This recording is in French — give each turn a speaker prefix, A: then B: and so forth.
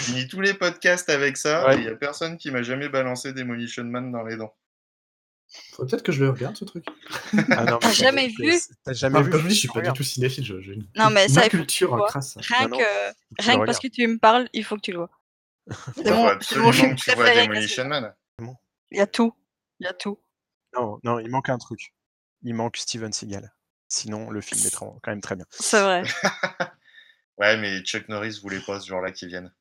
A: fini tous les podcasts avec ça.
B: Ouais.
A: et Il n'y a personne qui m'a jamais balancé Demolition Man dans les dents.
C: Faudrait peut-être que je le regarde ce truc.
B: Ah non,
D: T'as
B: mais
D: jamais
B: c'est-
D: vu
B: c'est- T'as jamais
C: Ah,
B: vu
C: comme je dis, je suis pas du
B: Regarde.
C: tout cinéphile. Je, j'ai une-
D: Non, mais ça,
C: ma
D: il faut que tu
C: culture
D: le vois.
C: crasse.
A: Bah
C: ça.
D: Rien
B: non,
D: que,
B: Tu
D: rien que
B: le
D: parce que tu me parles, il faut que tu le vois. C'est
A: Il faut
D: mon, c'est mon
A: absolument
D: film
A: que tu vois
D: préféré.
A: Demolition Man.
D: Il y a tout. Il y a tout.
B: Non, non, il manque un truc. Il manque Steven Seagal. Sinon, le film est tra- quand même très bien.
D: C'est vrai.
A: Ouais, mais Chuck Norris voulait pas ce genre-là qui vienne.